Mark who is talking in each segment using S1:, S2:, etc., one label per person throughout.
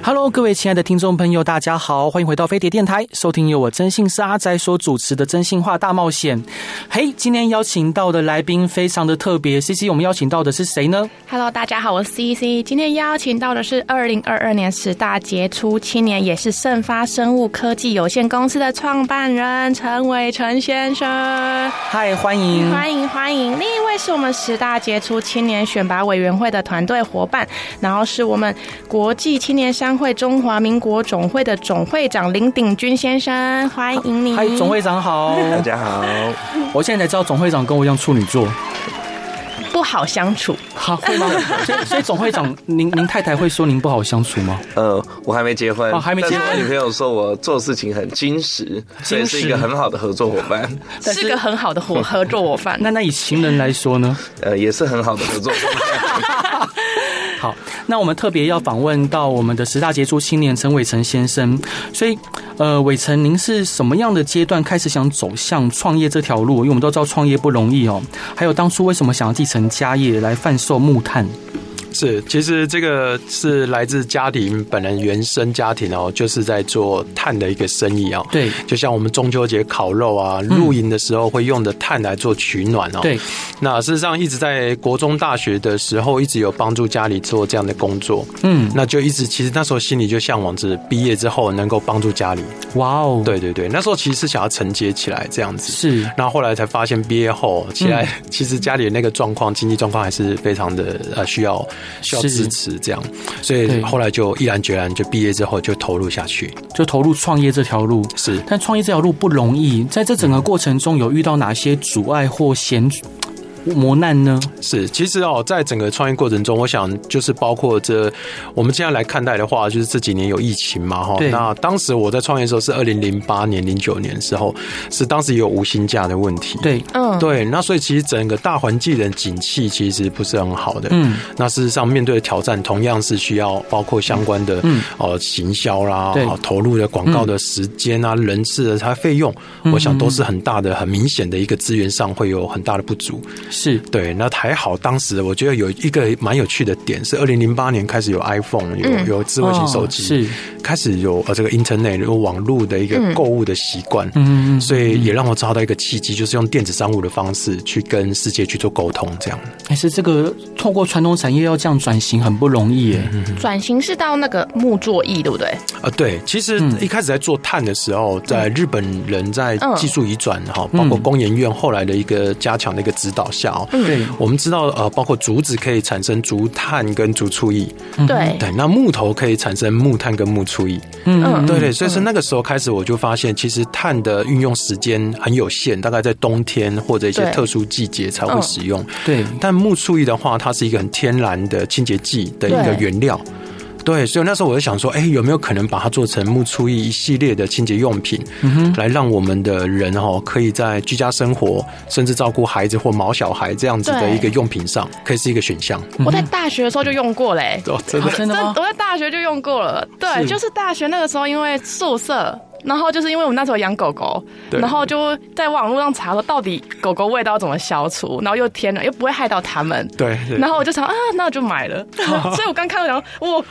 S1: Hello，各位亲爱的听众朋友，大家好，欢迎回到飞碟电台，收听由我真性是阿仔所主持的《真心话大冒险》。嘿，今天邀请到的来宾非常的特别，C C，我们邀请到的是谁呢？
S2: Hello，大家好，我是 CC。今天邀请到的是二零二二年十大杰出青年，也是盛发生物科技有限公司的创办人陈伟成先生。
S1: 嗨，欢迎，
S2: 欢迎欢迎！另一位是我们十大杰出青年选拔委员会的团队伙伴，然后是我们国际青年商会中华民国总会的总会长林鼎钧先生，欢迎你。
S1: 嗨，总会长好。
S3: 大家好，
S1: 我现在才知道总会长跟我一样处女座，
S2: 不好相处，
S1: 好会吗？ 所以，所以总会长，您您太太会说您不好相处吗？
S3: 呃，我还没结婚，
S1: 哦还没结婚
S3: 但是我女朋友说我做事情很矜持，所以是一个很好的合作伙伴，
S1: 但
S2: 是个很好的伙合作伙伴。
S1: 那那以情人来说 呢？
S3: 呃，也是很好的合作伙伴。
S1: 好，那我们特别要访问到我们的十大杰出青年陈伟成先生，所以，呃，伟成，您是什么样的阶段开始想走向创业这条路？因为我们都知道创业不容易哦。还有当初为什么想要继承家业来贩售木炭？
S4: 是，其实这个是来自家庭本人原生家庭哦，就是在做碳的一个生意哦。
S1: 对
S4: 就像我们中秋节烤肉啊，露营的时候会用的碳来做取暖哦。
S1: 对，
S4: 那事实上一直在国中、大学的时候，一直有帮助家里做这样的工作。
S1: 嗯，
S4: 那就一直，其实那时候心里就向往着毕业之后能够帮助家里。
S1: 哇哦，，
S4: 对对对，那时候其实是想要承接起来这样子。
S1: 是，嗯
S4: 那后来才发现，毕业后，其来、 其实家里的那个状况，经济状况还是非常的呃需要需要
S1: 是
S4: 支持这样，所
S1: 对
S4: 以后来就毅然决然就毕业之后就投入下去。
S1: 就投入创业这条路。
S4: 是
S1: 但创业这条路不容易，在这整个过程中有遇到哪些阻碍或险磨难呢？
S4: 是，其实哦，在整个创业过程中，我想就是包括这我们现在来看待的话，就是这几年有疫情嘛哈
S1: 对。
S4: 那当时我在创业的时候是二零零八年、零九年的时候，是当时也有无薪假的问题。
S1: 对，
S2: 嗯，
S4: 对，那所以其实整个大环境的景气其实不是很好的。
S1: 嗯，
S4: 那事实上面对的挑战同样是需要包括相关的
S1: 嗯
S4: 呃行销啦
S1: 对，嗯
S4: 哦投入的广告的时间啊、人事的它费用，我想都是很大的、很明显的一个资源上会有很大的不足。
S1: 是，
S4: 对，那还好，当时我觉得有一个蛮有趣的点是，二零零八年开始有 iPhone，有、
S2: 嗯
S4: 有智慧型手
S1: 哦
S4: 机，
S1: 是
S4: 开始有呃这个 Internet 有网络的一个购物的习惯，
S1: 嗯嗯嗯
S4: 所以也让我找到一个契机，就是用电子商务的方式去跟世界去做沟通，这样。
S1: 但哎是这个透过传统产业要这样转型很不容易耶。
S4: 嗯
S2: 转型是到那个木作艺，对不对？
S4: 啊，对，其实
S1: 嗯
S4: 一开始在做碳的时候，在日本人在
S2: 嗯
S4: 技术移转哈，包括
S1: 嗯
S4: 工研院后来的一个加强的一个指导下哦，
S2: 嗯
S1: 对，
S4: 我们知道呃，包括竹子可以产生竹炭跟竹醋液，
S2: 对，
S4: 对，那木头可以产生木炭跟木醋液，
S1: 嗯
S2: 嗯
S4: 对对，所以是那个时候开始，我就发现其实碳的运用时间很有限，大概在冬天或者一些
S2: 对
S4: 特殊季节才会
S2: 嗯
S4: 使用。
S1: 对，哦
S4: 但木醋液的话，它是一个很天然的清洁剂的一个
S2: 对
S4: 原料。对，所以那时候我就想说，哎、有没有可能把它做成木醋一一系列的清洁用品，
S2: 嗯
S4: 来让我们的人哦，可以在居家生活，甚至照顾孩子或毛小孩这样子的
S2: 对
S4: 一个用品上，可以是一个选项。
S1: 嗯
S2: 我在大学的时候就用过嘞、
S4: 哦，真
S1: 啊真的吗
S2: 这？我在大学就用过了，对，
S1: 是
S2: 就是大学那个时候，因为宿舍，然后就是因为我们那时候养狗狗，
S4: 对
S2: 然后就在网络上查了到底狗狗味道怎么消除，然后又天然又不会害到它们。
S4: 对，对
S2: 然后我就想啊，那我就买了。所以我刚看到想，我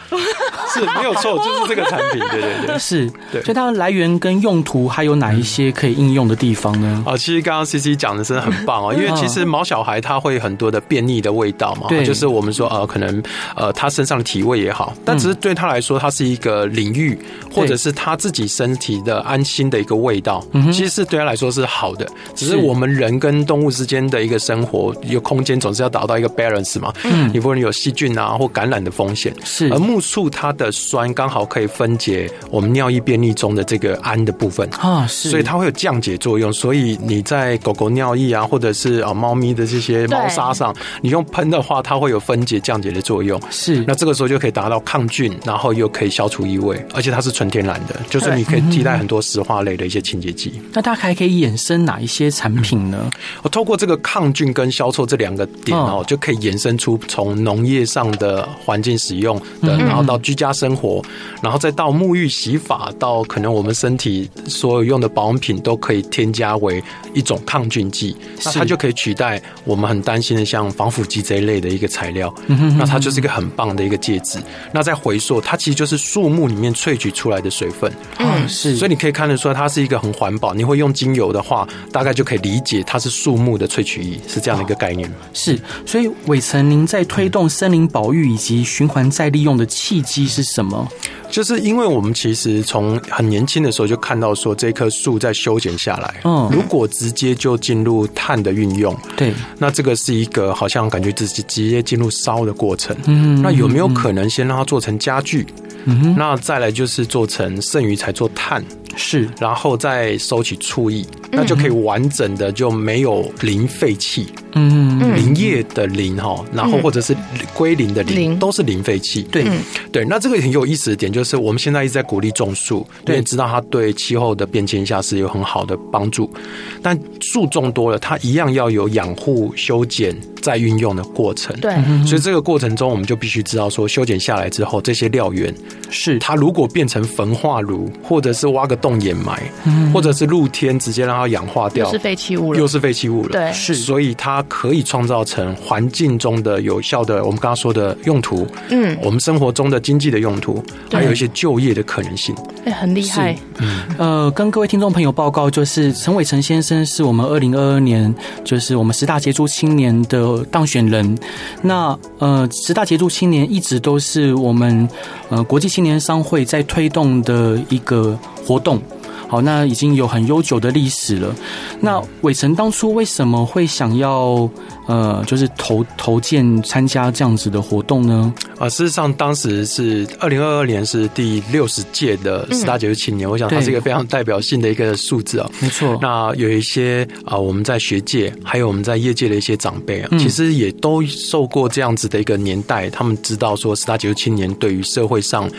S4: 是没有错，就是这个产品，对对对。
S1: 是，
S4: 对
S1: 所以它的来源跟用途还有哪一些可以应用的地方呢？
S4: 哦，其实刚刚 C C 讲的真的很棒哦，因为其实毛小孩它会很多的便秘的味道嘛
S1: 对，
S4: 就是我们说呃，可能呃他身上的体味也好，但只是对他来说，它是一个领域，或者是他自己身体的安心的一个味道，其实是对他来说是好的。只是
S1: 是
S4: 我们人跟动物之间的一个生活有空间，总是要达到一个 balance 嘛，嗯，你不能有细菌啊或感染的风险，
S1: 是
S4: 而木醋它的酸刚好可以分解我们尿液便利中的这个氨的部分。
S1: 啊，是，
S4: 嗯所以它会有降解作用。所以你在狗狗尿液啊，或者是啊猫咪的这些猫砂上，你用喷的话，它会有分解降解的作用。
S1: 是
S4: 那这个时候就可以达到抗菌，然后又可以消除异味，而且它是纯天然的，就是你可以替
S1: 嗯
S4: 待很多石化类的一些清洁剂。
S1: 那大概还可以衍生哪一些产品呢？
S4: 我哦透过这个抗菌跟消臭这两个点哦
S1: 嗯，
S4: 就可以延伸出从农业上的环境使用
S1: 嗯
S4: 的，然后到居家生活，然后再到沐浴、洗发，到可能我们身体所有用的保养品都可以添加为一种抗菌剂，那它
S1: 是
S4: 就可以取代我们很担心的像防腐剂这一类的一个材料。
S1: 嗯
S4: 那它就是一个很棒的一个介质。那再回溯，它其实就是树木里面萃取出来的水分。
S1: 嗯，是，
S4: 所以
S1: 以
S4: 你可以看得出来，它是一个很环保。你会用精油的话，大概就可以理解它是树木的萃取液，是这样的一个概念。
S1: 是，所以伟成，您在推动森林保育以及循环再利用的契机是什么？
S4: 就是因为我们其实从很年轻的时候就看到说，这棵树在修剪下来，
S1: 嗯
S4: 如果直接就进入碳的运用，
S1: 对，
S4: 那这个是一个好像感觉自己直接进入烧的过程。嗯，那有没有可能先让它做成家具？嗯，那再来就是做成剩余才做碳，
S1: 是，
S4: 然后再收起醋液，那就可以完整的就没有零废气，
S1: 嗯，
S4: 林业的林哈，然后或者是归零的零，
S2: 嗯零嗯
S4: 都是零废气。
S1: 对，
S4: 对，那这个很有意思的点就是，我们现在一直在鼓励种树，因
S1: 对
S4: 为知道它对气候的变迁下是有很好的帮助。但树种多了，它一样要有养护、修剪、再运用的过程。
S2: 对，
S4: 所以这个过程中，我们就必须知道说，修剪下来之后，这些料源
S1: 是，
S4: 它如果变成焚化炉，或者是挖个洞掩埋，或者是露天直接让它氧化
S2: 嗯
S4: 掉，
S2: 又是废弃物了，
S4: 又是废弃物了。
S2: 对
S1: 是
S4: 所以它可以创造成环境中的有效的，我们刚刚说的用途，
S2: 嗯，
S4: 我们生活中的经济的用途，
S2: 对
S4: 还有一些就业的可能性。
S2: 哎，很厉害，
S1: 呃，跟各位听众朋友报告，就是陈伟成先生是我们二零二二年，就是我们十大杰出青年的当选人。那呃，十大杰出青年一直都是我们呃国际青年商会在推动的一个活动。好，那已经有很悠久的历史了。那伟成当初为什么会想要呃，就是投投件参加这样子的活动呢？
S4: 啊，事实上，当时是二零二二年是第六十届的十大杰出青年，我想
S1: 嗯
S4: 它
S1: 对
S4: 是一个非常代表性的一个数字哦。
S1: 没错，
S4: 那有一些啊、我们在学界，还有我们在业界的一些长辈
S1: 嗯
S4: 啊，其实也都受过这样子的一个年代，他们知道说十大杰出青年对于社会上，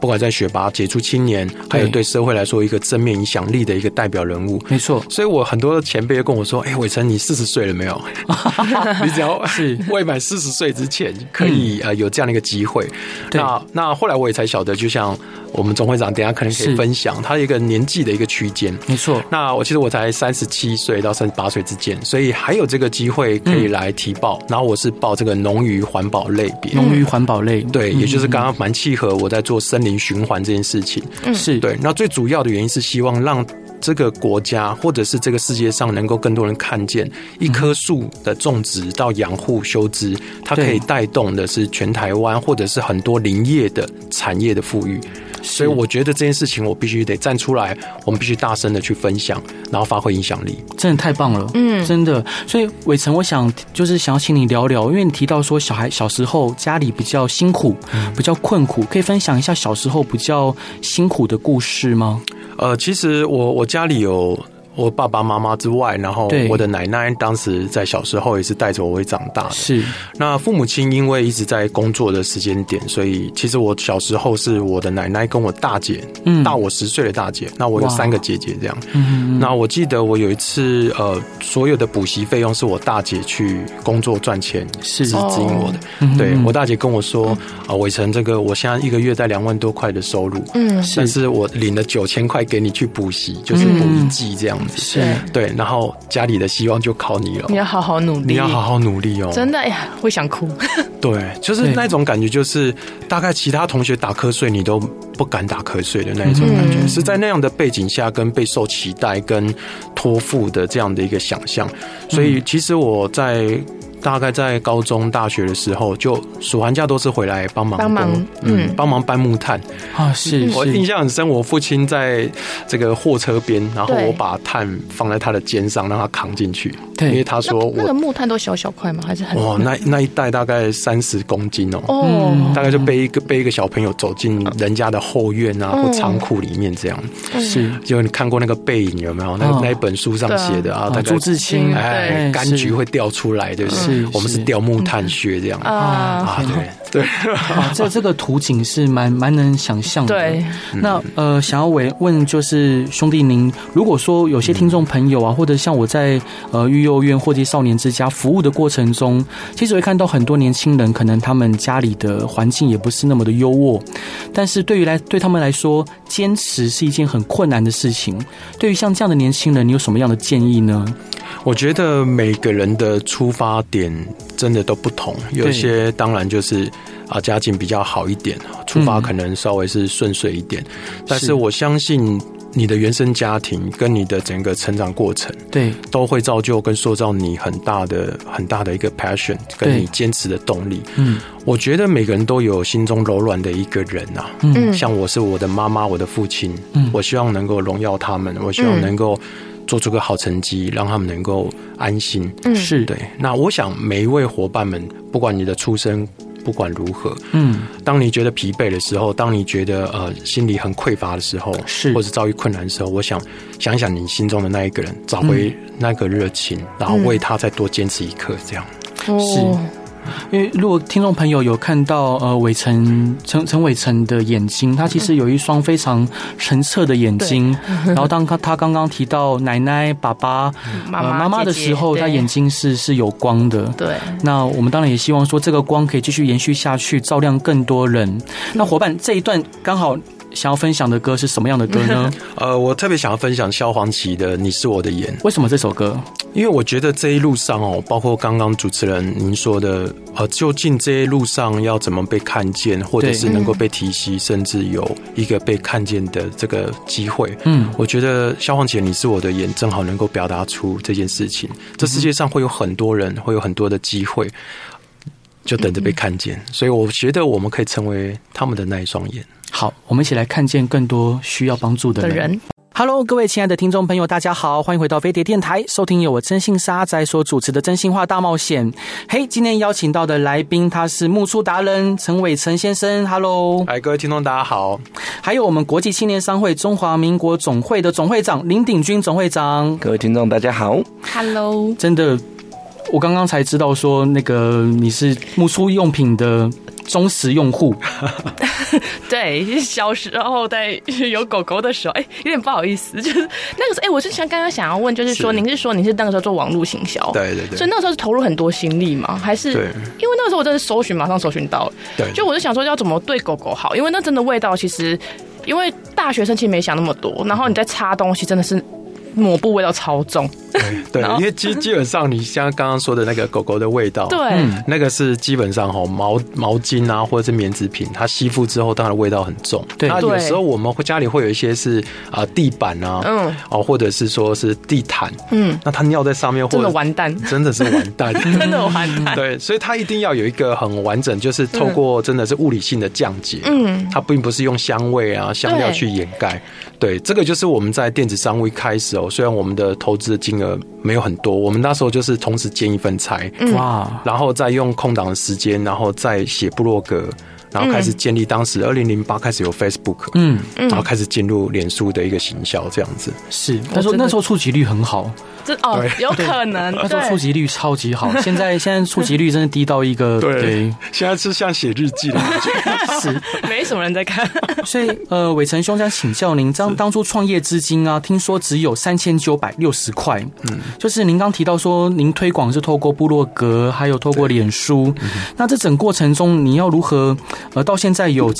S4: 不管在选拔杰出青年，还有
S1: 对
S4: 对社会来说一个正面影响力的一个代表人物。
S1: 没错，
S4: 所以我很多前辈跟我 说：“哎、伟成，你四十岁了没有？ 你只要
S1: 是
S4: 未满四十岁之前，可以、呃有这样的一个机会。
S1: 对
S4: 那那后来我也才晓得，就像我们总会长等一下可能可以
S1: 是
S4: 分享他一个年纪的一个区间。
S1: 没错，
S4: 那我其实我才三十七岁到三十八岁之间，所以还有这个机会可以来提报。然后我是报这个农渔环保类别，
S1: 农渔环保类，
S4: 对，也
S1: 嗯
S4: 就是刚刚蛮契合我在做森林循环这件事情。
S1: 是，
S4: 嗯对，那最主要的原因是希望让这个国家或者是这个世界上能够更多人看见一棵树的种植到养护修枝，它可以
S1: 对
S4: 带动的是全台湾或者是很多林业的产业的富裕。所以我觉得这件事情我必须得站出来，我们必须大声的去分享，然后发挥影响力。
S1: 真的太棒了，嗯，真的。所以伟成，我想就是想要请你聊聊，因为你提到说小孩小时候家里比较辛苦，
S4: 嗯
S1: 比较困苦，可以分享一下小时候比较辛苦的故事吗？
S4: 呃，其实我我家里有我爸爸妈妈之外，然后
S1: 对
S4: 我的奶奶当时在小时候也是带着我会长大的。
S1: 是，
S4: 那父母亲因为一直在工作的时间点，所以其实我小时候是我的奶奶跟我大姐，
S1: 嗯
S4: 大我十岁的大姐。那我有
S1: 哇
S4: 三个姐姐这样。
S1: 嗯，
S4: 那我记得我有一次，呃，所有的补习费用是我大姐去工作赚钱
S1: 是
S4: 支支应我的。
S1: 嗯
S4: 对
S1: 嗯
S4: 我大姐跟我说，啊、伟成，这个我现在一个月在两万多块的收入，
S2: 嗯，
S4: 但是我领了九千块给你去补习，就是补一季这样
S1: 嗯
S4: 子。
S1: 是
S2: 对
S4: 对，然后家里的希望就靠你了
S2: 你。要好好努力，
S4: 你要好好努力哦！
S2: 真的哎呀，会想哭，
S4: 对，就是
S1: 对
S4: 那种感觉，就是大概其他同学打瞌睡，你都不敢打瞌睡的那一种感觉，
S2: 嗯
S4: 是在那样的背景下，跟备受期待、跟托付的这样的一个想象。所
S2: 嗯
S4: 以，其实我在大概在高中、大学的时候，就暑寒假都是回来帮忙
S2: 帮忙
S4: 工
S2: 嗯
S4: 嗯，帮忙搬木炭。
S1: 啊，是
S4: 我印
S1: 是，
S4: 象很深，我父亲在这个货车边，然后
S2: 对
S4: 我把炭放在他的肩上，让他扛进去，因为
S1: 对，
S4: 他
S2: 那
S4: 说
S2: 那个
S4: 我。
S2: 木炭都小小块吗？还是很
S1: 哦
S4: 哇，那那一袋大概三十公斤哦，
S1: 嗯
S2: 哦，
S4: 大概就背一个背一个小朋友走进人家的后院啊、
S2: 嗯
S4: 或仓库里面这样。
S1: 是
S4: 就你看过那个背影有没有？那、
S1: 嗯
S4: 那一本书上写的
S1: 啊
S4: 啊，大概
S1: 朱自清，
S4: 哎
S1: 对
S4: 柑橘会掉出来，对不对？
S1: 是是
S4: 我们是
S1: 是
S4: 吊木炭靴这样
S2: 啊，
S4: 啊，对。
S1: 啊，这这个图景是蛮蛮能想象的。
S2: 对，
S1: 那呃，想要问问就是兄弟您，如果说有些听众朋友啊，或者像我在呃育幼院或者少年之家服务的过程中，其实会看到很多年轻人，可能他们家里的环境也不是那么的优渥，但是对于来对他们来说，坚持是一件很困难的事情。对于像这样的年轻人，你有什么样的建议呢？
S4: 我觉得每个人的出发点真的都不同，有些当然就是啊家境比较好一点，出发可能稍微是顺遂一点，但是我相信你的原生家庭跟你的整个成长过程
S1: 对，
S4: 都会造就跟塑造你很大的很大的一个 passion，跟
S1: 对
S4: 你坚持的动力。
S1: 嗯
S4: 我觉得每个人都有心中柔软的一个人啊，
S2: 嗯
S4: 像我是我的妈妈，我的父亲，
S1: 嗯
S4: 我希望能够荣耀他们，我希望能够做出个好成绩，让他们能够安心。
S2: 嗯
S1: 是，
S4: 对，那我想每一位伙伴们，不管你的出身，不管如何，
S1: 嗯，
S4: 当你觉得疲惫的时候，当你觉得呃心里很匮乏的时候，
S1: 是
S4: 或者遭遇困难的时候，我想想一想你心中的那一个人，找回那个热情，然后为他再多坚持一刻，这样。
S2: 哦，
S1: 因为如果听众朋友有看到呃伟成陈陈伟成的眼睛，他其实有一双非常澄澈的眼睛。 然后当他他刚刚提到奶奶、爸爸、
S2: 妈
S1: 呃
S2: 妈
S1: 妈妈的
S2: 姐姐
S1: 时候，
S2: 对
S1: 他眼睛是是有光的。
S2: 对，
S1: 那我们当然也希望说，这个光可以继续延续下去，照亮更多
S2: 嗯
S1: 人。那伙伴这一段刚好想要分享的歌是什么样的歌 呢？
S4: 呃，我特别想要分享萧煌奇的《你是我的眼》，
S1: 为什么这首歌？
S4: 因为我觉得这一路上哦，包括刚刚主持人您说的，呃，究竟这一路上要怎么被看见，或者是能够被提携，甚至有一个被看见的这个机会，
S1: 嗯，
S4: 我觉得消防姐，你是我的眼，正好能够表达出这件事情。这世界上会有很多人，会有很多的机会，就等着被看见。所以我觉得我们可以成为他们的那一双眼。
S1: 好，我们一起来看见更多需要帮助的
S2: 的
S1: 人。
S2: 人，
S1: Hello，各位亲爱的听众朋友，大家好，欢迎回到飞碟电台，收听由我真性沙仔所主持的《真心话大冒险》。嘿，今天邀请到的来宾他是木出达人陈伟成先生，Hello，
S4: 哎，各位听众，大家好。
S1: 还有我们国际青年商会中华民国总会的总会长林鼎军总会长。
S3: 各位听众，大家好。
S2: Hello，
S1: 真的，我刚刚才知道说那个你是木出用品的忠实用户，
S2: 对，小时候在有狗狗的时候，哎、有点不好意思， 就是那个时候，哎、我是想刚刚想要问，就是说，
S4: 是
S2: 您是说您是那个时候做网络行销，，
S4: 对对
S2: 所以
S4: 对，
S2: 那个时候是投入很多心力吗？还是
S4: 对
S2: 因为那个时候我真的搜寻，马上搜寻到了，
S4: 对，
S2: 就我就想说要怎么对狗狗好，因为那真的味道其实，因为大学生其实没想那么多，然后你在擦东西真的是抹布味道超重，
S4: 哦对
S2: 然，后
S4: 因为基基本上你像刚刚说的那个狗狗的味道，
S2: 对，
S4: 那个是基本上吼毛毛巾啊，或者是棉制品，它吸附之后，当然味道很重。
S1: 对
S4: 那有
S2: 对
S4: 时候我们会家里会有一些是啊、地板啊，
S2: 嗯
S4: 嗯，哦，或者是说是地毯，
S2: 嗯，
S4: 那它尿在上面，或
S2: 真的
S4: 者
S2: 完蛋，
S4: 真的是完蛋。
S2: 真的完蛋，
S4: 对，所以它一定要有一个很完整，就是透过真的是物理性的降解，
S2: 嗯，
S4: 它并不是用香味啊、香料
S2: 对
S4: 去掩盖。对，这个就是我们在电子商务一开始哦，虽然我们的投资的金额没有很多，我们那时候就是同时兼一份差，
S2: 嗯
S1: 哇，
S4: 然后再用空档的时间，然后再写部落格，然后开始建立当时二零零八开始有 Facebook，
S1: 嗯，
S4: 然后开始进入脸书的一个行销这样子。
S1: 是，他说
S2: 哦真的
S1: 那时候触及率很好。
S2: 这哦
S4: 对
S2: 有可 能，
S1: 那时候触
S2: 对，
S1: 及率超级 好，现在现在触及率真的低到一个
S4: 现在是像写日记了，
S1: 是，
S2: 没什么人在看。
S1: 所以呃，伟成兄想请教您，当当初创业资金啊，听说只有三千九百六十块，嗯，就是您刚提到说您推广是透过部落格，还有透过脸书，那这整过程中你要如何呃，到现在有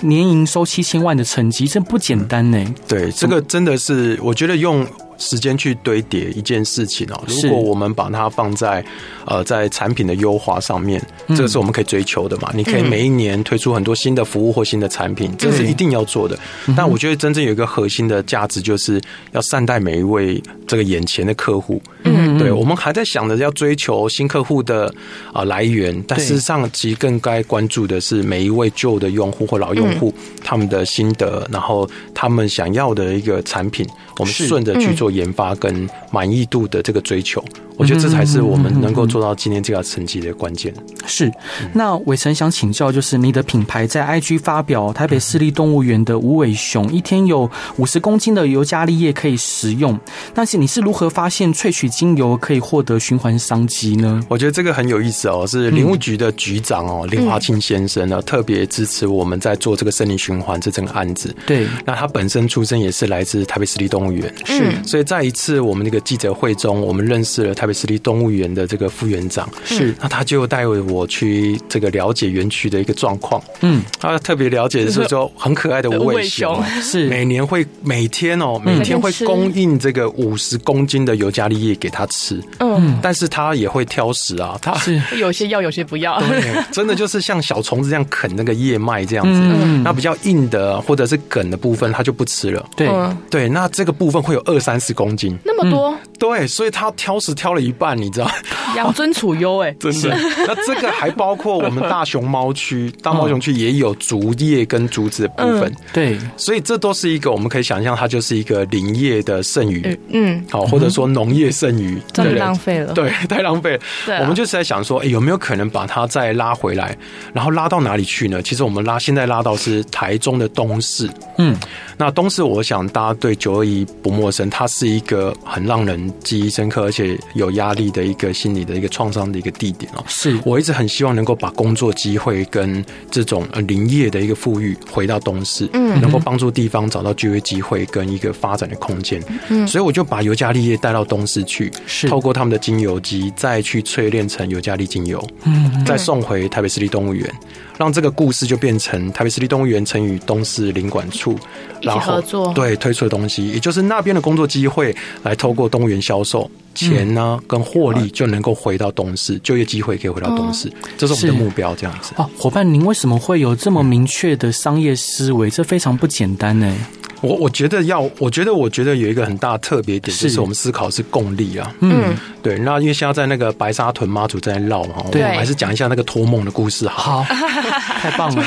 S1: 年营收七千万的成绩，真不简单呢、
S4: 对，这个真的是我觉得用。时间去堆叠一件事情哦，
S1: 是
S4: 如果我们把它放在呃在产品的优化上面，这个是我们可以追求的嘛。你可以每一年推出很多新的服务或新的产品，这是一定要做的。但我觉得真正有一个核心的价值，就是要善待每一位这个眼前的客户。嗯，对，我们还在想着要追求新客户的啊、呃来源，但
S1: 对
S4: 事实上其实更该关注的是每一位旧的用户或老用户、他们的心得，然后他们想要的一个产品，我们顺着去做研发跟满意度的这个追求。我觉得这才是我们能够做到今天这个成绩的关键。
S1: 是，那伟成想请教，就是你的品牌在 IG 发表台北市立动物园的无尾熊，一天有五十公斤的尤加利叶可以食用，但是你是如何发现萃取精油何可以获得循环商机呢？
S4: 我觉得这个很有意思哦，是林务局的局长哦，林华庆先生呢，特别支持我们在做这个森林循环这整个案子。
S1: 对，
S4: 那他本身出身也是来自台北市立动物园，
S1: 嗯
S4: 是，所以在一次我们那个记者会中，我们认识了台北市立动物园的这个副园长，
S1: 是，
S4: 那他就带我去这个了解园区的一个状况，
S1: 嗯，呃
S4: 他特别了解的是说很可爱的无尾熊哦，
S1: 是，
S4: 每年会每天哦，每天会供应这个五十公斤的尤加利叶给它吃，
S2: 嗯，
S4: 但是它也会挑食啊，它
S1: 是，
S2: 有些要，有些不要，
S4: 对真的就是像小虫子这样啃那个叶脉这样子，
S1: 嗯
S4: 那比较硬的或者是梗的部分它就不吃了。
S1: 对，
S2: 嗯，
S4: 对，那这个部分会有二三十公斤，
S2: 那么多，
S4: 对，所以它挑食挑了一半，你知 道，
S2: 养尊处优，哎，
S4: 真的。那这个还包括我们大熊猫区，大猫熊区也有竹叶跟竹子的部分，
S1: 对，
S4: 所以这都是一个我们可以想象，它就是一个林业的剩余。
S2: 嗯，
S4: 好，或者说农业剩余，
S2: 真的
S4: 哦对不对
S2: 浪费了
S4: 对， 太浪费了。
S2: 对啊
S4: 我们就是在想说，哎，有没有可能把它再拉回来，然后拉到哪里去呢？其实我们拉现在拉到是台中的东市。
S1: 嗯，
S4: 那东市，我想大家对九二一不陌生，它是一个很让人记忆深刻，而且有压力的一个心理的一个创伤的一个地点哦。
S1: 是，
S4: 我一直很希望能够把工作机会跟这种呃林业的一个富裕回到东市，嗯，能够帮助地方找到就业机会跟一个发展的空间，嗯，所以我就把尤加利叶带到东市去，
S1: 是
S4: 透过他们的精油机再去淬炼成尤加利精油，
S1: 嗯，
S4: 再送回台北市立动物园，让这个故事就变成台北市立动物园乘以东市领馆处，
S2: 一起合作
S4: 对推出的东西，也就是那边的工作机会，来透过动物园销售钱呢、
S1: 嗯
S4: 跟获利就能够回到东市，就业机会可以回到东市，这是我们的
S1: 哦是
S4: 目标，这样子。
S1: 啊，伙伴，您为什么会有这么明确的商业思维？这非常不简单欸呢。
S4: 我我觉得要，我觉得我觉得有一个很大的特别点，
S1: 是
S4: 就是我们思考是共利啊，
S1: 嗯，
S4: 对。那因为现在在那个白沙屯妈祖在绕嘛，我
S1: 对
S4: 们还是讲一下那个托梦的故事好了。
S1: 好， 太棒 了，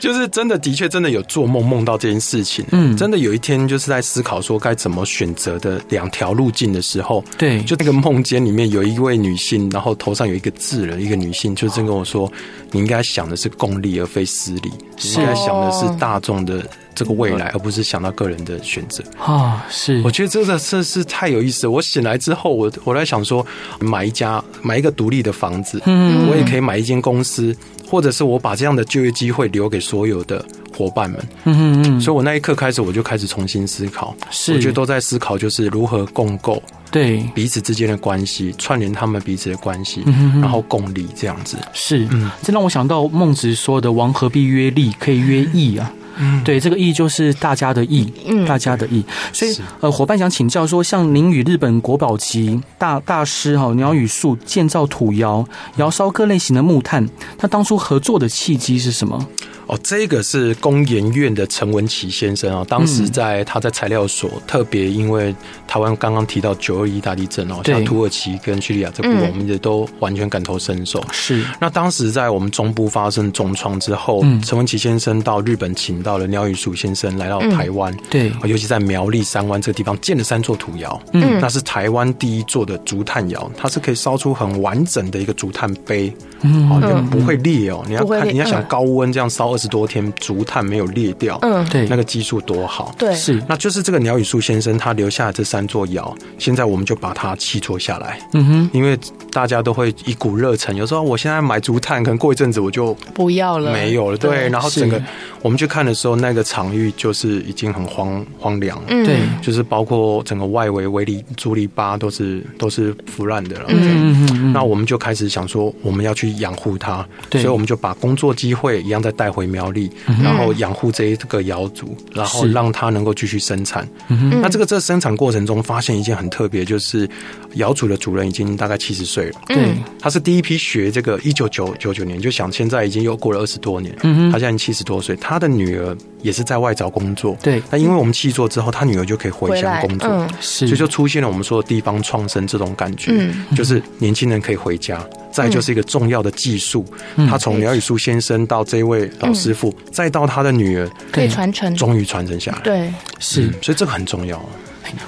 S4: 就是真的，的确真的有做梦梦到这件事情。
S1: 嗯
S4: 真的有一天就是在思考说该怎么选择的两条路径的时候，
S1: 对
S4: 就那个梦间里面有一位女性，然后头上有一个字了，一个女性就正跟我说：“你应该想的是共利而非私利，你应该想的是大众的这个未来，而不是想到个人的选择。”
S1: 啊，是
S4: 我，觉得这个真是太有意思了。我醒来之后，我我在想说，买一家买一个独立的房子，
S1: 嗯
S4: 我也可以买一间公司，或者是我把这样的就业机会留给所有的伙伴们。
S1: 嗯嗯嗯，
S4: 所以我那一刻开始，我就开始重新思考，
S1: 是
S4: 我觉得都在思考就是如何共构
S1: 对，
S4: 彼此之间的关系，串联他们彼此的关系，
S1: 嗯
S4: 然后共利这样子。
S1: 是，
S4: 嗯
S1: 这让我想到孟子说的“王何必约利，可以约义”啊。
S4: 嗯
S1: 对，这个义就是大家的义，大家的义。所以，呃，伙伴想请教说，像您与日本国宝级大大师哈、鸟语树建造土窑，窑烧各类型的木炭，他当初合作的契机是什么？
S4: 哦，这个是工研院的陈文琪先生啊、当时在他在材料所，特别因为台湾刚刚提到九二一大地震哦，
S1: 对
S4: 像土耳其跟叙利亚这部分，
S2: 嗯
S4: 我们也都完全感同身受。
S1: 是
S4: 那当时在我们中部发生重创之后，
S1: 嗯
S4: 陈文琪先生到日本请到了廖玉树先生来到台湾，
S1: 嗯对
S4: 哦尤其在苗栗三湾这个地方建了三座土窑，嗯，那是台湾第一座的竹炭窑，它是可以烧出很完整的一个竹炭杯，
S1: 嗯
S4: 哦，就不会裂哦。你要
S2: 不会
S4: 看，
S2: 裂
S4: 你要想
S2: 嗯
S4: 高温这样烧二十多天，竹炭没有裂掉，
S2: 嗯，
S1: 对，
S4: 那个嗯技术多好。
S2: 对，
S1: 是
S4: 那就是这个鸟语树先生他留下的这三座窑，现在我们就把它砌作下来。
S1: 嗯哼，
S4: 因为大家都会一股热忱，有时候我现在买竹炭，可能过一阵子我就
S2: 不要了，
S4: 没有了。对，然后
S1: 是
S4: 整个我们去看的时候，那个场域就是已经很荒荒凉了。
S2: 嗯
S1: 对，
S4: 就是包括整个外围围篱、竹篱笆都是都是腐烂的了。
S1: 嗯嗯
S4: 那我们就开始想说，我们要去养护它，
S1: 对嗯
S4: 所以我们就把工作机会一样再带回苗栗，然后养护这一个窑族，然后
S1: 是
S4: 让它能够继续生产。
S1: 嗯
S4: 那这个这生产过程中发现一件很特别，就是窑主的主人已经大概七十岁了。
S1: 对，
S4: 他是第一批学这个一九九九九年，就想现在已经又过了二十多年，
S1: 嗯
S4: 他
S1: 哼，
S4: 现在七十多岁，他的女儿也是在外找工作，
S1: 对
S4: 那因为我们弃作之后，他女儿就可以回
S2: 回
S4: 乡
S2: 来，
S4: 工作，
S2: 嗯，
S1: 是，
S4: 所以就出现了我们说的地方创生这种感觉，
S2: 嗯
S4: 就是年轻人可以回家。再来就是一个重要的技术，
S1: 嗯
S4: 他从苗语树先生到这位老师傅，再到他的女儿，
S2: 可以
S1: 对
S2: 传承，
S4: 终于传承下来。嗯
S2: 对，
S1: 是啊
S4: 所以这个很 重要。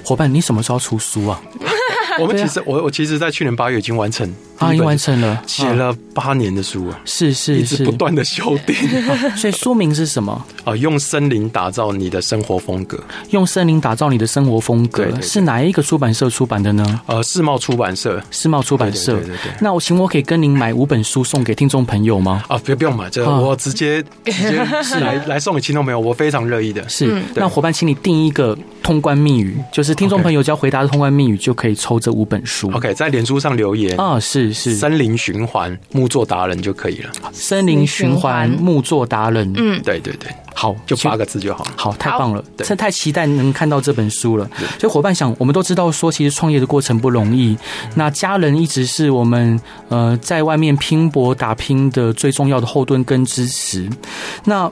S1: 伙伴，你什么时候要出书啊？
S4: 我们其实我我其实，在去年八月已经完成
S1: 啊，已经完成了，啊
S4: 写了八年的书啊，
S1: 是是
S4: 一直
S1: 是
S4: 不，断的修 订
S1: 所以书名是什么？
S4: 啊，用森林打造你的生活风格。
S1: 用森林打造你的生活风格，
S4: 对对对
S1: 是哪一个出版社出版的呢？
S4: 呃，世贸出版社
S1: 世贸出版社。
S4: 对对对对对
S1: 那我请我可以跟您买五本书送给听众朋友吗？
S4: 啊，不不用买，这
S1: 啊
S4: 我直接直 接是来来送给听众朋友，我非常乐意的。
S1: 是，
S4: 对
S1: 那伙伴，请你定一个通关密语，就是听众
S4: OK
S1: 朋友只要回答通关密语就可以抽这五本书。
S4: OK，在脸书上留言
S1: 啊，是是，
S4: 森林循环木作达人就可以了。
S1: 森林循环
S2: 森林循环
S1: 木作达人，嗯，
S4: 对对对，
S1: 好，
S4: 就
S1: 请
S4: 八个字就好了。
S1: 好，太棒了！
S4: 对
S1: 这太期待能看到这本书了。所以伙伴想，我们都知道说，其实创业的过程不容易。那家人一直是我们呃在外面拼搏打拼的最重要的后盾跟支持。那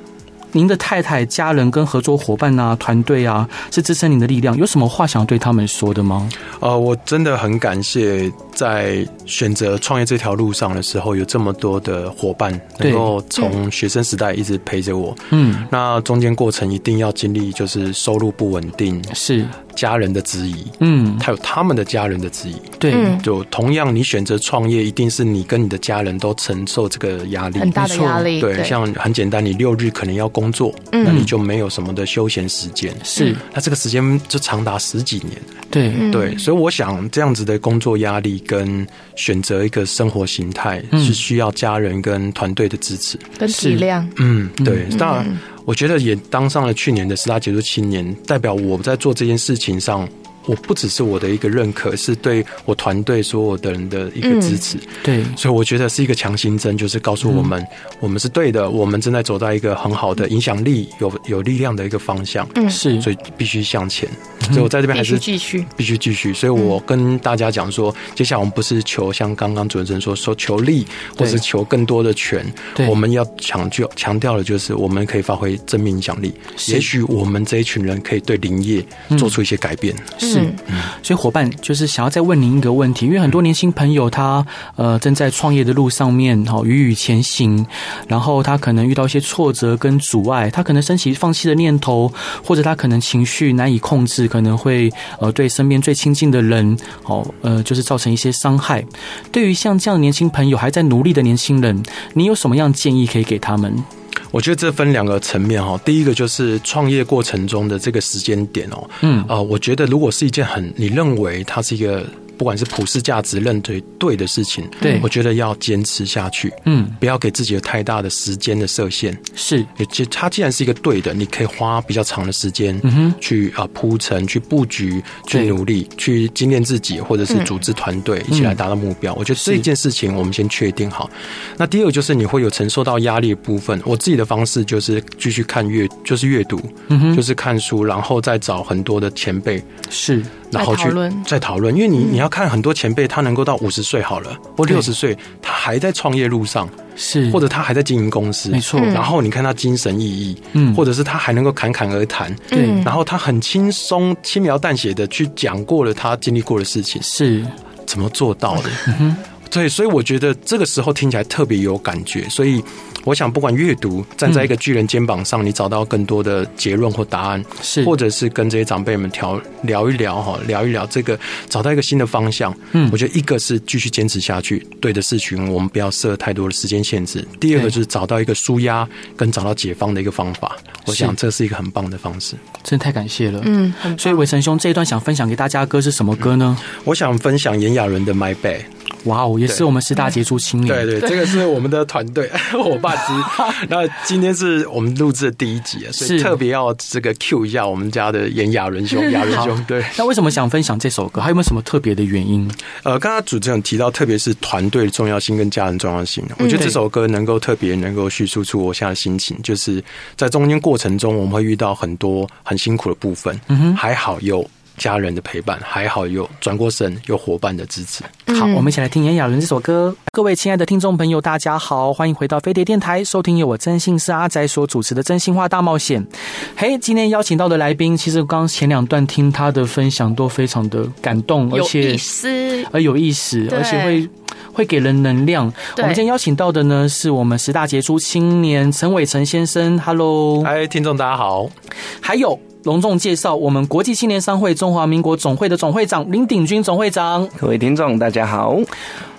S1: 您的太太、家人跟合作伙伴啊、团队啊，是支撑您的力量。有什么话想对他们说的吗？
S4: 呃，我真的很感谢在选择创业这条路上的时候，有这么多的伙伴
S1: 对
S4: 能够从学生时代一直陪着我。
S1: 嗯，
S4: 那中间过程一定要经历，就是收入不稳定、
S1: 是，
S4: 家人的质疑，
S1: 嗯，
S4: 还有他们的家人的质疑。
S1: 对，
S2: 嗯
S4: 就同样，你选择创业，一定是你跟你的家人都承受这个压力
S2: 很。大的
S1: 没错
S2: 压力，
S4: 对，像很简单，你六日可能要工作，
S2: 嗯
S4: 那你就没有什么的休闲时间。
S1: 是，
S4: 那这个时间就长达十几年，
S1: 对，
S2: 嗯
S4: 对，所以我想这样子的工作压力跟选择一个生活形态
S1: 嗯
S4: 是需要家人跟团队的支持。
S2: 跟
S1: 是
S2: 体谅，
S4: 嗯，对，当然我觉得也当上了去年的十大杰出青年，代表我在做这件事情上。我不只是我的一个认可，是对我团队所有的人的一个支持，
S1: 对，
S4: 所以我觉得是一个强心针，就是告诉我们，我们是对的，我们正在走到一个很好的影响力、有有力量的一个方向，
S2: 嗯
S1: 是，
S4: 所以必须向前。所以我在这边
S2: 必
S4: 还
S2: 须
S4: 是
S2: 继续，嗯
S4: 必须继续，所以我跟大家讲说，接下来我们不是求像刚刚主持人说说求利，或
S1: 对
S4: 是求更多的权
S1: 对，
S4: 我们要强调强调的就是我们可以发挥正面影响力。
S1: 是
S4: 也许我们这一群人可以对林业做出一些改变。
S1: 是
S2: 嗯，
S1: 所以伙伴就是想要再问您一个问题，因为很多年轻朋友他呃正在创业的路上面，哈、踽踽前行，然后他可能遇到一些挫折跟阻碍，他可能升起放弃的念头，或者他可能情绪难以控制，可能会呃对身边最亲近的人，哦呃就是造成一些伤害。对于像这样的年轻朋友还在努力的年轻人，你有什么样的建议可以给他们？
S4: 我觉得这分两个层面哈，第一个就是创业过程中的这个时间点哦，
S1: 嗯
S4: 啊、我觉得如果是一件很你认为它是一个不管是普世价值认为对的事情，
S1: 对
S4: 我觉得要坚持下去，
S1: 嗯，
S4: 不要给自己有太大的时间的设限。
S1: 是
S4: 也其实它既然是一个对的，你可以花比较长的时间去啊铺陈、去布局、去
S1: 对
S4: 努力、去精炼自己，或者是组织团队一起来达到目标。我觉得这一件事情我们先确定好。那第二个就是你会有承受到压力的部分。我自己的方式就是继续看阅，就是阅读，就是看书，然后再找很多的前辈
S1: 是，
S4: 然后
S2: 来
S4: 去
S2: 讨论
S4: 再讨论，因为你你要看很多前辈，他能够到五十岁好了，或
S1: 对
S4: 六十岁，他还在创业路上，
S2: 嗯
S1: 是
S4: 或者他还在经营公司，
S1: 嗯没错
S4: 然后你看他精神奕奕，
S1: 嗯
S4: 或者是他还能够侃侃而谈，
S1: 对
S2: 嗯
S4: 然后他很轻松、轻描淡写的去讲过了他经历过的事情，
S1: 是
S4: 怎么做到 的？
S1: 嗯
S4: 对，所以我觉得这个时候听起来特别有感觉，所以我想，不管阅读，站在一个巨人肩膀上，你找到更多的结论或答案，
S1: 是，
S4: 或者是跟这些长辈们聊聊一聊哈，聊一聊这个，找到一个新的方向。
S1: 嗯
S4: 我觉得一个是继续坚持下去，对的事情我们不要设太多的时间限制。第二个
S1: 对
S4: 就是找到一个舒压跟找到解放的一个方法，我
S1: 是
S4: 想这是一个很棒的方式。
S1: 真的太感谢了。
S2: 嗯，很棒
S1: 所以伟成兄这一段想分享给大家的歌是什么歌呢？
S4: 我想分享炎亚纶的《My Bag》。
S1: 哇哦，也是我们十大杰出青年。
S4: 对对，这个是我们的团队 伙伴之。那今天是我们录制的第一集，啊所以
S1: 是
S4: 特别要这个 Q 一下我们家的炎亚纶兄，亚纶兄对。
S1: 那为什么想分享这首歌？还有没有什么特别的原因？
S4: 呃，刚刚主持人有提到，特别是团队的重要性跟家人重要性，啊我觉得这首歌能够特别能够叙述出我现在的心情，就是在中间过程中，我们会遇到很多很辛苦的部分，还好有家人的陪伴，还好有转过身有伙伴的支持。
S2: 嗯
S1: 好，我们一起来听炎亚纶这首歌。各位亲爱的听众朋友，大家好，欢迎回到飞碟电台，收听由我真心是阿仔所主持的《真心话大冒险》。嘿，今天邀请到的来宾，其实刚刚前两段听他的分享都非常的感动，而
S2: 有
S1: 且
S2: 意思，
S1: 而有意思，
S2: 对
S1: 而且会会给人能量。我
S2: 对
S1: 们今天邀请到的呢，是我们十大杰出青年陈伟成先生，Hello，
S4: 哎嗨，听众大家好，
S1: 还有隆重介绍我们国际青年商会中华民国总会的总会长林鼎军总会长。
S3: 各位听众，大家好。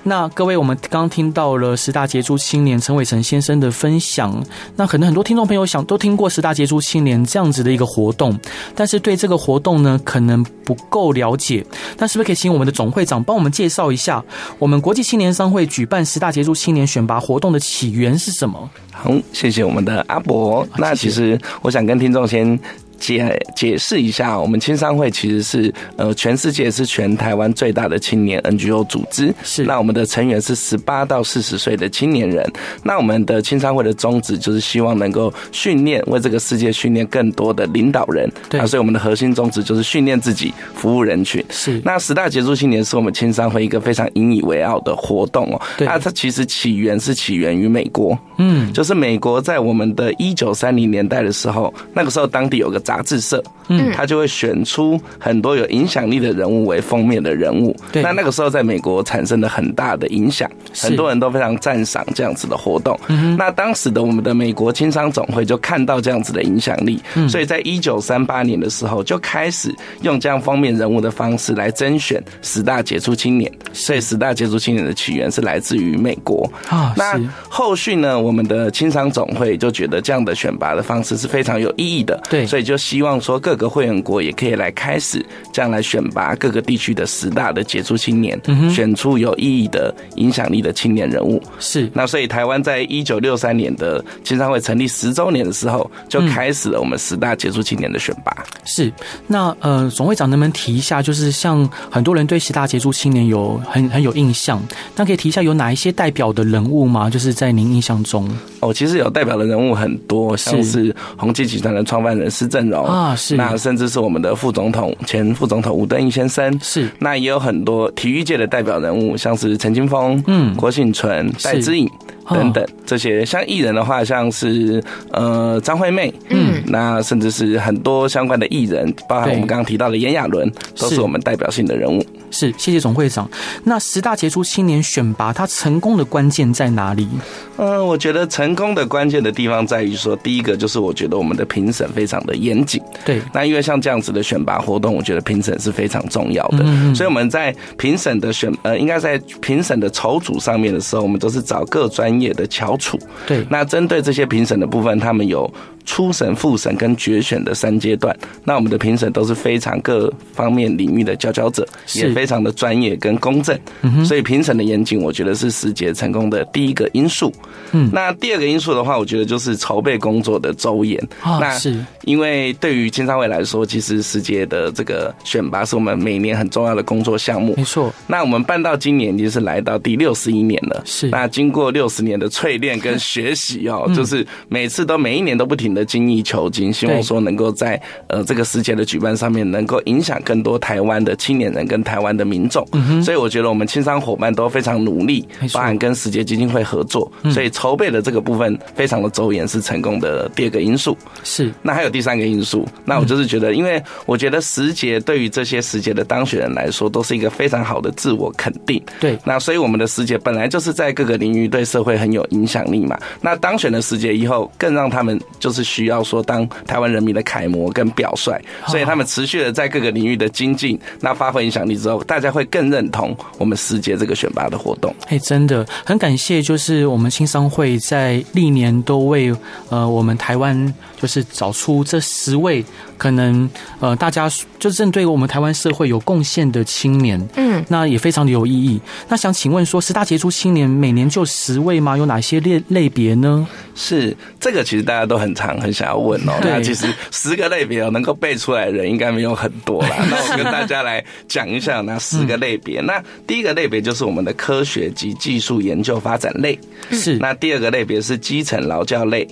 S1: 那各位，我们刚刚听到了十大杰出青年陈伟成先生的分享。那可能很多听众朋友想都听过十大杰出青年这样子的一个活动，但是对这个活动呢，可能不够了解。那是不是可以请我们的总会长帮我们介绍一下，我们国际青年商会举办十大杰出青年选拔活动的起源是什么？
S3: 好，谢谢我们的阿伯。那其实我想跟听众先。解解释一下，我们青商会其实是呃全世界是全台湾最大的青年 NGO 组织。
S1: 是
S3: 那我们的成员是十八到四十岁的青年人。那我们的青商会的宗旨就是希望能够训练为这个世界训练更多的领导人。
S1: 对
S3: 啊，所以我们的核心宗旨就是训练自己，服务人群。
S1: 是
S3: 那十大杰出青年是我们青商会一个非常引以为傲的活动哦。
S1: 对
S3: 那它其实起源是起源于美国。
S1: 嗯，
S3: 就是美国在我们的一九三零年代的时候，那个时候当地有个杂志社，
S1: 嗯
S3: 他就会选出很多有影响力的人物为封面的人物。
S1: 对
S3: 那那个时候在美国产生了很大的影响，
S1: 是
S3: 很多人都非常赞赏这样子的活动。
S1: 嗯
S3: 那当时的我们的美国经商总会就看到这样子的影响力，
S1: 嗯
S3: 所以在一九三八年的时候就开始用这样封面人物的方式来甄选十大杰出青年。所以十大杰出青年的起源是来自于美国。
S1: 啊，
S3: 那
S1: 是
S3: 后续呢，我们的青商总会就觉得这样的选拔的方式是非常有意义的，
S1: 对
S3: 所以就希望说各个会员国也可以来开始这样来选拔各个地区的十大的杰出青年，
S1: 嗯
S3: 选出有意义的、影响力的青年人物。
S1: 是
S3: 那所以台湾在一九六三年的青商会成立十周年的时候，就
S1: 嗯
S3: 开始了我们十大杰出青年的选拔。
S1: 是，那呃，总会长能不能提一下，就是像很多人对十大杰出青年有很很有印象，那可以提一下有哪一些代表的人物吗？就是在您印象中
S3: 哦，其实有代表的人物很多，像是宏基集团的创办人施正荣
S1: 啊是
S3: 那甚至是我们的副总统前副总统吴敦义先生，
S1: 是
S3: 那也有很多体育界的代表人物，像是陈金峰、
S1: 嗯
S3: 郭幸存、
S1: 是
S3: 戴之颖
S1: 哦
S3: 等等这些。像艺人的话，像是呃张惠妹，
S2: 嗯，
S3: 那甚至是很多相关的艺人，包含
S1: 对
S3: 我们刚刚提到的炎亚纶，都
S1: 是
S3: 是我们代表性的人物。
S1: 是，谢谢总会长。那十大杰出青年选拔，它成功的关键在哪里？
S3: 嗯，我觉得成功的关键的地方在于说，第一个就是我觉得我们的评审非常的严谨。
S1: 对，
S3: 那因为像这样子的选拔活动，我觉得评审是非常重要的，
S1: 嗯嗯
S3: 所以我们在评审的选呃，应该在评审的筹组上面的时候，我们都是找各专业的翘楚。
S1: 对，
S3: 那针对这些评审的部分，他们有初审、复审跟决选的三阶段。那我们的评审都是非常各方面领域的佼佼者，
S1: 是嗯
S3: 也非常的专业跟公正。所以评审的严谨，我觉得是识节成功的第一个因素。
S1: 嗯
S3: 那第二个因素的话，我觉得就是筹备工作的周延。
S1: 啊，
S3: 那
S1: 是
S3: 因为对于青商会来说，其实世界的这个选拔是我们每年很重要的工作项目
S1: 没。错，
S3: 那我们办到今年已经是来到第六十一年了。
S1: 是嗯
S3: 那经过六十年的淬炼跟学习哦，就是每次都每一年都不停的精益求精，希望说能够在呃这个时节的举办上面，能够影响更多台湾的青年人跟台湾的民众。所以我觉得我们青商伙伴都非常努力
S1: 嗯没，错嗯
S3: 包含跟时节基金会合作，所以筹备的这个部分非常的周延，是成功的第二个因素。
S1: 是
S3: 那还有第三个因素，那我就是觉得，因为我觉得时节对于这些时节的当选人来说，都是一个非常好的自我肯定。
S1: 对，
S3: 那所以我们的时节本来就是在各个领域对社会很有影响力嘛。那当选的时节以后，更让他们就是需要说当台湾人民的楷模跟表率，所以他们持续的在各个领域的精进，那发挥影响力之后，大家会更认同我们时节这个选拔的活动。
S1: 哎，真的很感谢，就是我们青商会在历年都为呃我们台湾就是找出这十位可能呃大家就正对我们台湾社会有贡献的青年，
S2: 嗯，
S1: 那也非常的有意义。那想请问说，十大杰出青年每年就十位吗？有哪些类类别呢？
S3: 是这个，其实大家都很常很想要问哦。
S1: 对
S3: 那其实十个类别哦，能够背出来的人应该没有很多啦。那我跟大家来讲一下那十个类别。那第一个类别就是我们的科学及技术研究发展类，
S1: 是
S3: 嗯那第二个类别是基层劳教类，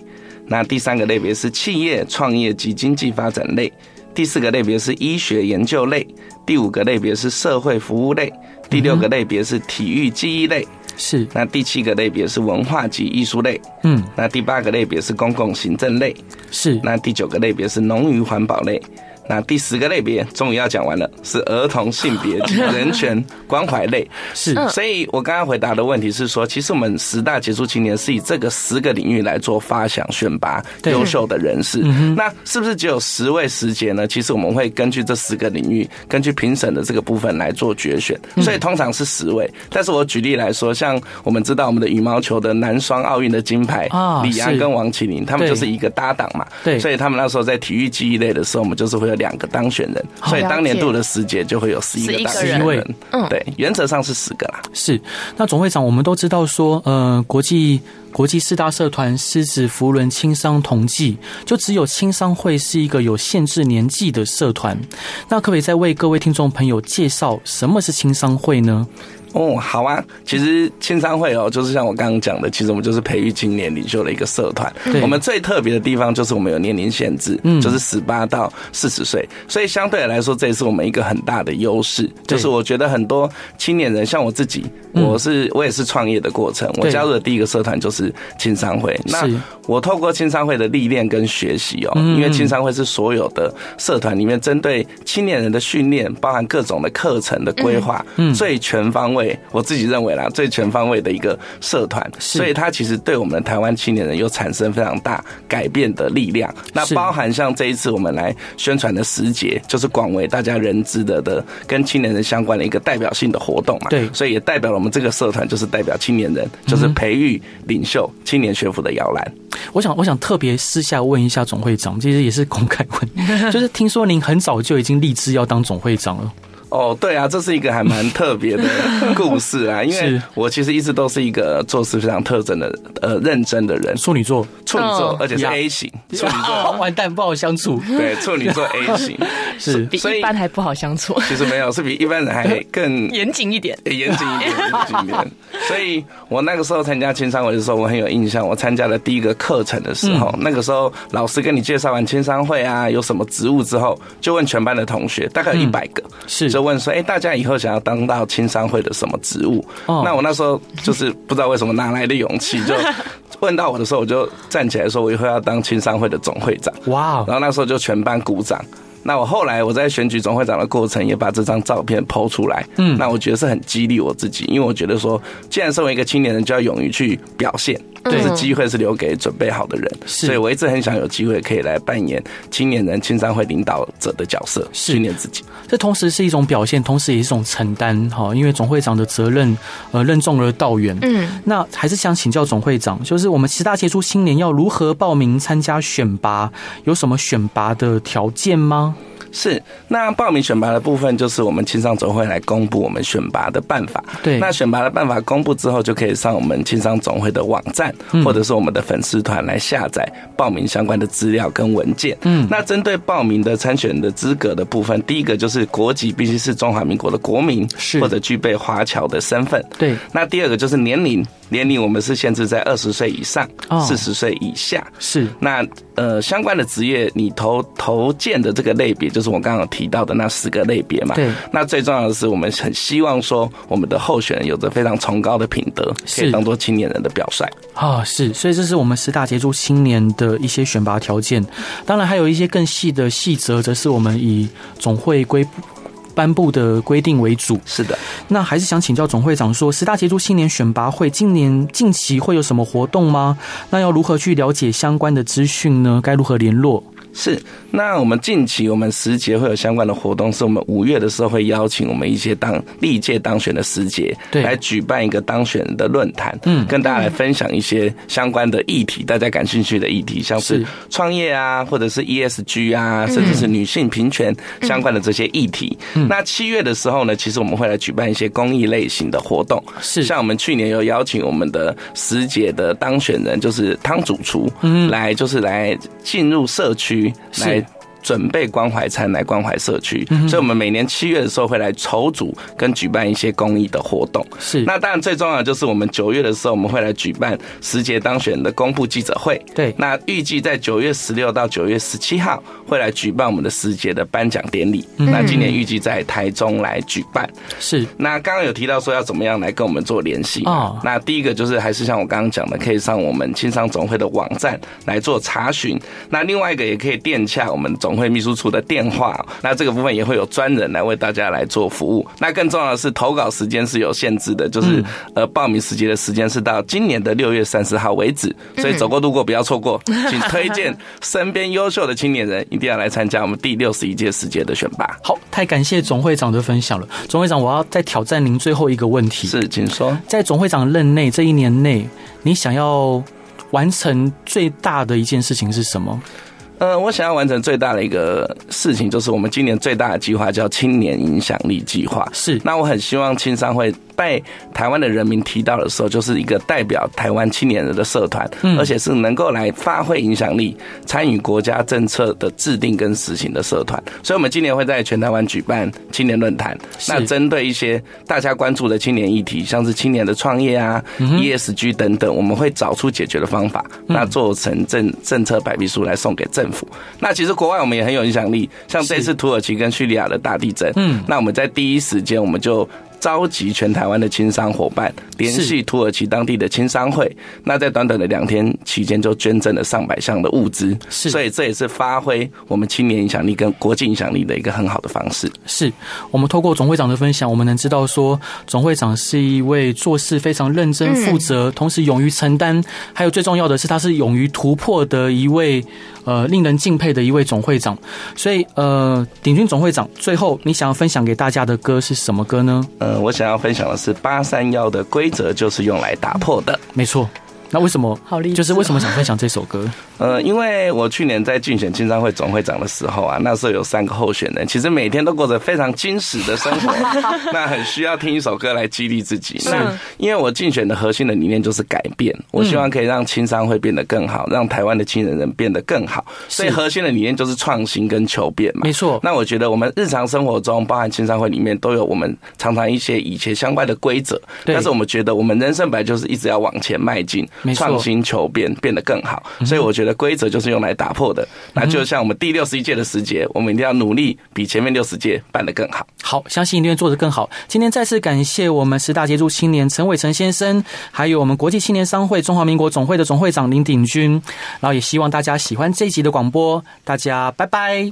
S3: 那第三个类别是企业创业及经济发展类，第四个类别是医学研究类，第五个类别是社会服务类，第六个类别是体育记忆类，
S1: 是
S3: 那第七个类别是文化及艺术类，
S1: 嗯
S3: 那第八个类别是公共行政类，
S1: 是
S3: 那第九个类别是农渔环保类，那第十个类别终于要讲完了，是儿童性别及人权关怀类。
S1: 是
S3: 所以我刚刚回答的问题是说，其实我们十大杰出青年是以这个十个领域来做发想选拔
S1: 对嗯
S3: 优秀的人士。那是不是只有十位十杰呢？其实我们会根据这十个领域，根据评审的这个部分来做决选，
S1: 嗯
S3: 所以通常是十位。但是我举例来说，像我们知道我们的羽毛球的男双奥运的金牌
S1: 啊
S3: 李安
S1: 是
S3: 跟王麒麟，他们
S1: 对
S3: 就是一个搭档嘛。
S1: 对
S3: 所以他们那时候在体育记忆类的时候，我们就是会有两个当选人，
S1: 哦
S3: 所以当年度的十杰就会有十一
S5: 11
S3: 个当
S5: 个
S3: 选
S1: 人
S3: 人。
S1: 嗯
S3: 对，原则上是十个啦。
S1: 是，那总会长，我们都知道说，呃，国际国际四大社团狮子、福伦、青商同济，就只有青商会是一个有限制年纪的社团。那可不可以再为各位听众朋友介绍什么是青商会呢？
S3: 哦，好啊。其实青商会哦，就是像我刚刚讲的，其实我们就是培育青年领袖的一个社团
S1: 对。
S3: 我们最特别的地方就是我们有年龄限制，
S1: 嗯
S3: 就是十八到四十岁，所以相对来说，这也是我们一个很大的优势。
S1: 对
S3: 就是我觉得很多青年人，像我自己，
S1: 嗯
S3: 我是我也是创业的过程，我
S1: 对
S3: 加入的第一个社团就是青商会。那
S1: 是
S3: 我透过青商会的历练跟学习哦，
S1: 嗯
S3: 因为青商会是所有的社团里面针对青年人的训练，包含各种的课程的规划，
S1: 嗯
S3: 最全方位，我自己认为啦，最全方位的一个社团，
S1: 是
S3: 所以它其实对我们台湾青年人有产生非常大改变的力量。那
S1: 是
S3: 包含像这一次我们来宣传的时节，就是广为大家人知的的跟青年人相关的一个代表性的活动嘛，
S1: 对嗯
S3: 所以也代表了我们这个社团就是代表青年人，就是培育领袖青年学府的摇篮。
S1: 我想，我想特别私下问一下总会长，其实也是公开问， 就是听说您很早就已经立志要当总会长了，
S3: 哦，对啊，这是一个还蛮特别的故事啊，因为
S1: 是
S3: 我其实一直都是一个做事非常特征的呃认真的人，
S1: 处女座，
S3: 处女座
S5: 哦，
S3: 而且是
S1: 呀
S3: A 型，处女座，
S1: 完蛋，不好相处，
S3: 对，处女座 A 型，
S1: 是
S5: 比
S3: 所以
S5: 一般还不好相处，
S3: 其实没有，是比一般人还更
S5: 严谨一点。
S3: 哎严谨 一点，严谨一点。所以我那个时候参加青商会的时候，我很有印象。我参加了第一个课程的时
S1: 嗯
S3: 候，那个时候老师跟你介绍完青商会啊，有什么职务之后，就问全班的同学，大概有一百个，
S1: 嗯是
S3: 就问说，哎、大家以后想要当到青商会的什么职务？
S1: 哦
S3: 那我那时候就是不知道为什么哪来的勇气，就问到我的时候，我就站起来说，我以后要当青商会的总会长。
S1: 哇
S3: 然
S1: 哦，
S3: 后那时候就全班鼓掌。那我后来我在选举总会长的过程，也把这张照片剖出来。
S1: 嗯
S3: 那我觉得是很激励我自己，因为我觉得说，既然身为一个青年人，就要勇于去表现，
S1: 对
S3: 就是机会是留给准备好的人。
S1: 嗯是
S3: 所以我一直很想有机会可以来扮演青年人青商会领导者的角色，
S1: 是
S3: 训练自己。
S1: 这同时是一种表现，同时也是一种承担，哈，因为总会长的责任，呃，任重而道远，
S2: 嗯，
S1: 那还是想请教总会长，就是我们十大杰出青年要如何报名参加选拔？有什么选拔的条件吗？
S3: 是，那报名选拔的部分就是我们青商总会来公布我们选拔的办法。
S1: 对
S3: 那选拔的办法公布之后，就可以上我们青商总会的网站，
S1: 嗯
S3: 或者是我们的粉丝团来下载报名相关的资料跟文件。
S1: 嗯
S3: 那针对报名的参选的资格的部分，第一个就是国籍必须是中华民国的国民，
S1: 是
S3: 或者具备华侨的身份。
S1: 对，
S3: 那第二个就是年龄，年龄我们是限制在二十岁以上
S1: 哦，
S3: 四十岁以下。
S1: 是
S3: 那呃，相关的职业，你投投件的这个类别，就是我刚刚有提到的那十个类别嘛。
S1: 对
S3: 那最重要的是，我们很希望说，我们的候选人有着非常崇高的品德，可
S1: 是
S3: 以当做青年人的表率。
S1: 啊，是，所以这是我们十大杰出青年的一些选拔条件。当然，还有一些更细的细则，则是我们以总会规颁布的规定为主。
S3: 是的，
S1: 那还是想请教总会长说，十大杰出青年选拔会今年近期会有什么活动吗？那要如何去了解相关的资讯呢？该如何联络？
S3: 是。那我们近期我们十节会有相关的活动，是我们五月的时候会邀请我们一些当历届当选的十节，
S1: 对
S3: 来举办一个当选的论坛，
S1: 嗯
S3: 跟大家来分享一些相关的议题，大家感兴趣的议题，像是
S1: 是嗯
S3: 创业啊，或者是 ESG 啊，甚至是女性平权相关的这些议题。那七月的时候呢，其实我们会来举办一些公益类型的活动，
S1: 是
S3: 像我们去年有邀请我们的十姐的当选人，就是汤主厨，嗯，来就是来进入社区
S1: 是嗯
S3: 来。准备关怀餐来关怀社区，所以我们每年七月的时候会来筹组跟举办一些公益的活动。
S1: 是
S3: 那当然最重要的就是我们九月的时候我们会来举办十节当选的公布记者会。
S1: 对
S3: 那预计在九月十六到九月十七号会来举办我们的十节的颁奖典礼。
S1: 嗯
S3: 那今年预计在台中来举办。
S1: 是
S3: 那刚刚有提到说要怎么样来跟我们做联系嘛
S1: 哦
S3: 那第一个就是还是像我刚刚讲的，可以上我们青商总会的网站来做查询。那另外一个也可以电洽我们总总会秘书处的电话。那这个部分也会有专人来为大家来做服务。那更重要的是，投稿时间是有限制的，就是呃报名时间的时间是到今年的六月三十号为止，所以走过路过不要错过，请推荐身边优秀的青年人一定要来参加我们第六十一届世界的选拔。
S1: 好，太感谢总会长的分享了。总会长，我要再挑战您最后一个问题：
S3: 是，请说。
S1: 在总会长任内这一年内，你想要完成最大的一件事情是什么？
S3: 呃，我想要完成最大的一个事情，就是我们今年最大的计划叫青年影响力计划。
S1: 是
S3: 那我很希望青商会被台湾的人民提到的时候，就是一个代表台湾青年人的社团，
S1: 嗯
S3: 而且是能够来发挥影响力、参与国家政策的制定跟实行的社团。所以，我们今年会在全台湾举办青年论坛，
S1: 是
S3: 那针对一些大家关注的青年议题，像是青年的创业啊、
S1: 嗯
S3: ESG 等等，我们会找出解决的方法，那做成政政策白皮书来送给政府。那其实国外我们也很有影响力，像这次土耳其跟叙利亚的大地震，
S1: 嗯
S3: 那我们在第一时间我们就。召集全台湾的亲商伙伴，联系土耳其当地的亲商会，那在短短的两天期间就捐赠了上百项的物资，
S1: 是
S3: 所以这也是发挥我们青年影响力跟国际影响力的一个很好的方式。
S1: 是我们透过总会长的分享，我们能知道说，总会长是一位做事非常认真、
S2: 嗯
S1: 负责，同时勇于承担，还有最重要的是，他是勇于突破的一位，呃，令人敬佩的一位总会长。所以，呃，鼎军总会长，最后你想要分享给大家的歌是什么歌呢？
S3: 呃，我想要分享的是八三幺的规则就是用来打破的。
S1: 没错，那为什么？
S2: 好励志哦
S1: 就是为什么想分享这首 歌？
S3: 呃，因为我去年在竞选青商会总会长的时候啊，那时候有三个候选人，其实每天都过着非常精实的生活，那很需要听一首歌来激励自己。那因为我竞选的核心的理念就是改变，我希望可以让青商会变得更好，让台湾的青年人变得更好，所以核心的理念就是创新跟求变嘛。
S1: 没错，
S3: 那我觉得我们日常生活中，包含青商会里面，都有我们常常一些以前相关的规则。
S1: 对
S3: 但是我们觉得我们人生本来就是一直要往前迈进
S1: 没，错嗯
S3: 创新求变，变得更好。所以我觉得规则就是用来打破的。那就像我们第六十一届的时节，我们一定要努力比前面六十届办得更好。
S1: 好，相信一定会做得更好。今天再次感谢我们十大杰出青年陈伟成先生，还有我们国际青年商会中华民国总会的总会长林鼎军，然后也希望大家喜欢这一集的广播，大家拜拜。